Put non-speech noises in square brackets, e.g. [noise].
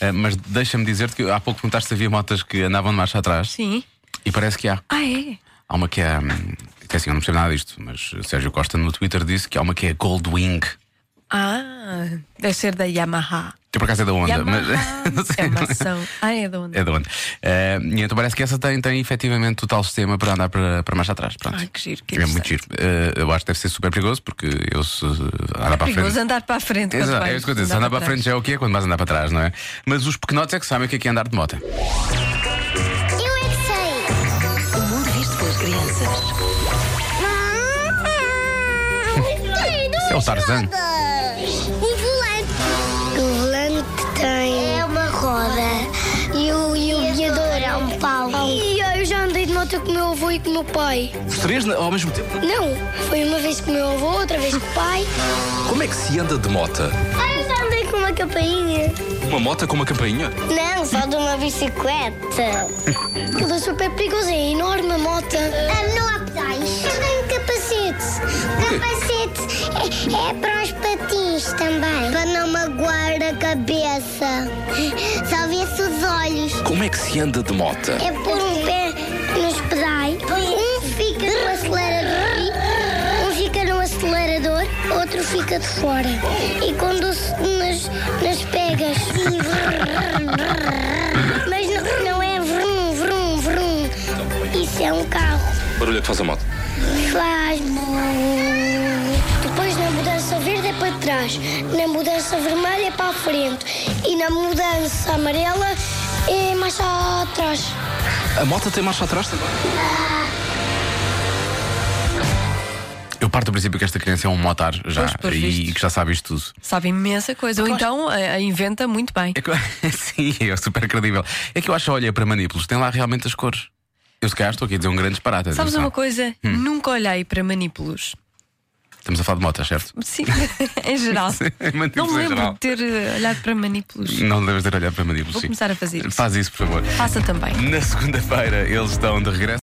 Ah, mas deixa-me dizer-te que há pouco perguntaste se havia motas que andavam de marcha atrás Sim. e parece que há. Ah, é? Há uma que é. hum, Que assim, eu não percebo nada disto, mas Sérgio Costa no Twitter disse que há uma que é Goldwing. Ah, deve ser da Yamaha. Que por acaso é da onda, Yamaha. mas. [laughs] não sei. É uma ação. Ah, é da onda. É da onda. Ah, e então parece que essa tem, tem efetivamente o tal sistema para andar para, para marcha atrás. Pronto. Ai, que giro, que é muito giro. Ah, eu acho que deve ser super perigoso, porque eu se andar para a frente. Perigoso andar para a frente. quando Exato, vais é isso que eu disse. Andar para a frente trás. já é o que é quando vais andar para trás, não é? Mas os pequenotes é que sabem o que é, que é andar de moto. Eu é que O sei. mundo visto pelas crianças. É o Tarzan. O Um volante. O volante tem. É uma roda. E o, e o guiador é um pau. E eu já andei de moto com o meu avô e com o meu pai. Os três na- ao mesmo tempo. Não, foi uma vez com o meu avô, outra vez com o pai. Como é que se anda de mota? Ah, eu já andei com uma campainha. Uma mota com uma campainha? Não, só de uma bicicleta. Aquilo é super perigoso, é enorme a moto. Ah, não há pedais. Eu tenho capacete. Capacete é, é para os patins também. Para não magoar a cabeça. Só vê-se os olhos. Como é que se anda de mota? É pôr um pé nos pedais. Um fica no acelerador. Um fica no acelerador, outro fica de fora. E conduz nas, nas pegas. Mas não, não é vrum, vrum, vrum. Isso é um carro. Barulho é que faz a moto. Faz. Depois na mudança verde é para trás, na mudança vermelha é para a frente e na mudança amarela é mais atrás. A moto tem marcha atrás também? Eu parto do princípio que esta criança é um motar já Pois, por e visto. que já sabe isto tudo. Sabe imensa coisa. Ou então a, a inventa muito bem. É que eu- [laughs] Sim, é super credível. É que eu acho, olha, para manípulos, tem lá realmente as cores. Eu se calhar estou aqui a dizer um grande disparate. Sabes atenção. uma coisa? Hum. Nunca olhei para manípulos. Estamos a falar de motas, certo? Sim, [laughs] em geral. Sim, [laughs] manípulos Não em me lembro geral. Hum. de ter eh, olhado para manípulos. Não deves ter olhado para manípulos, Vou sim. começar a fazer isso. Faz isso, por favor. Faça também. Na segunda-feira eles estão de regresso.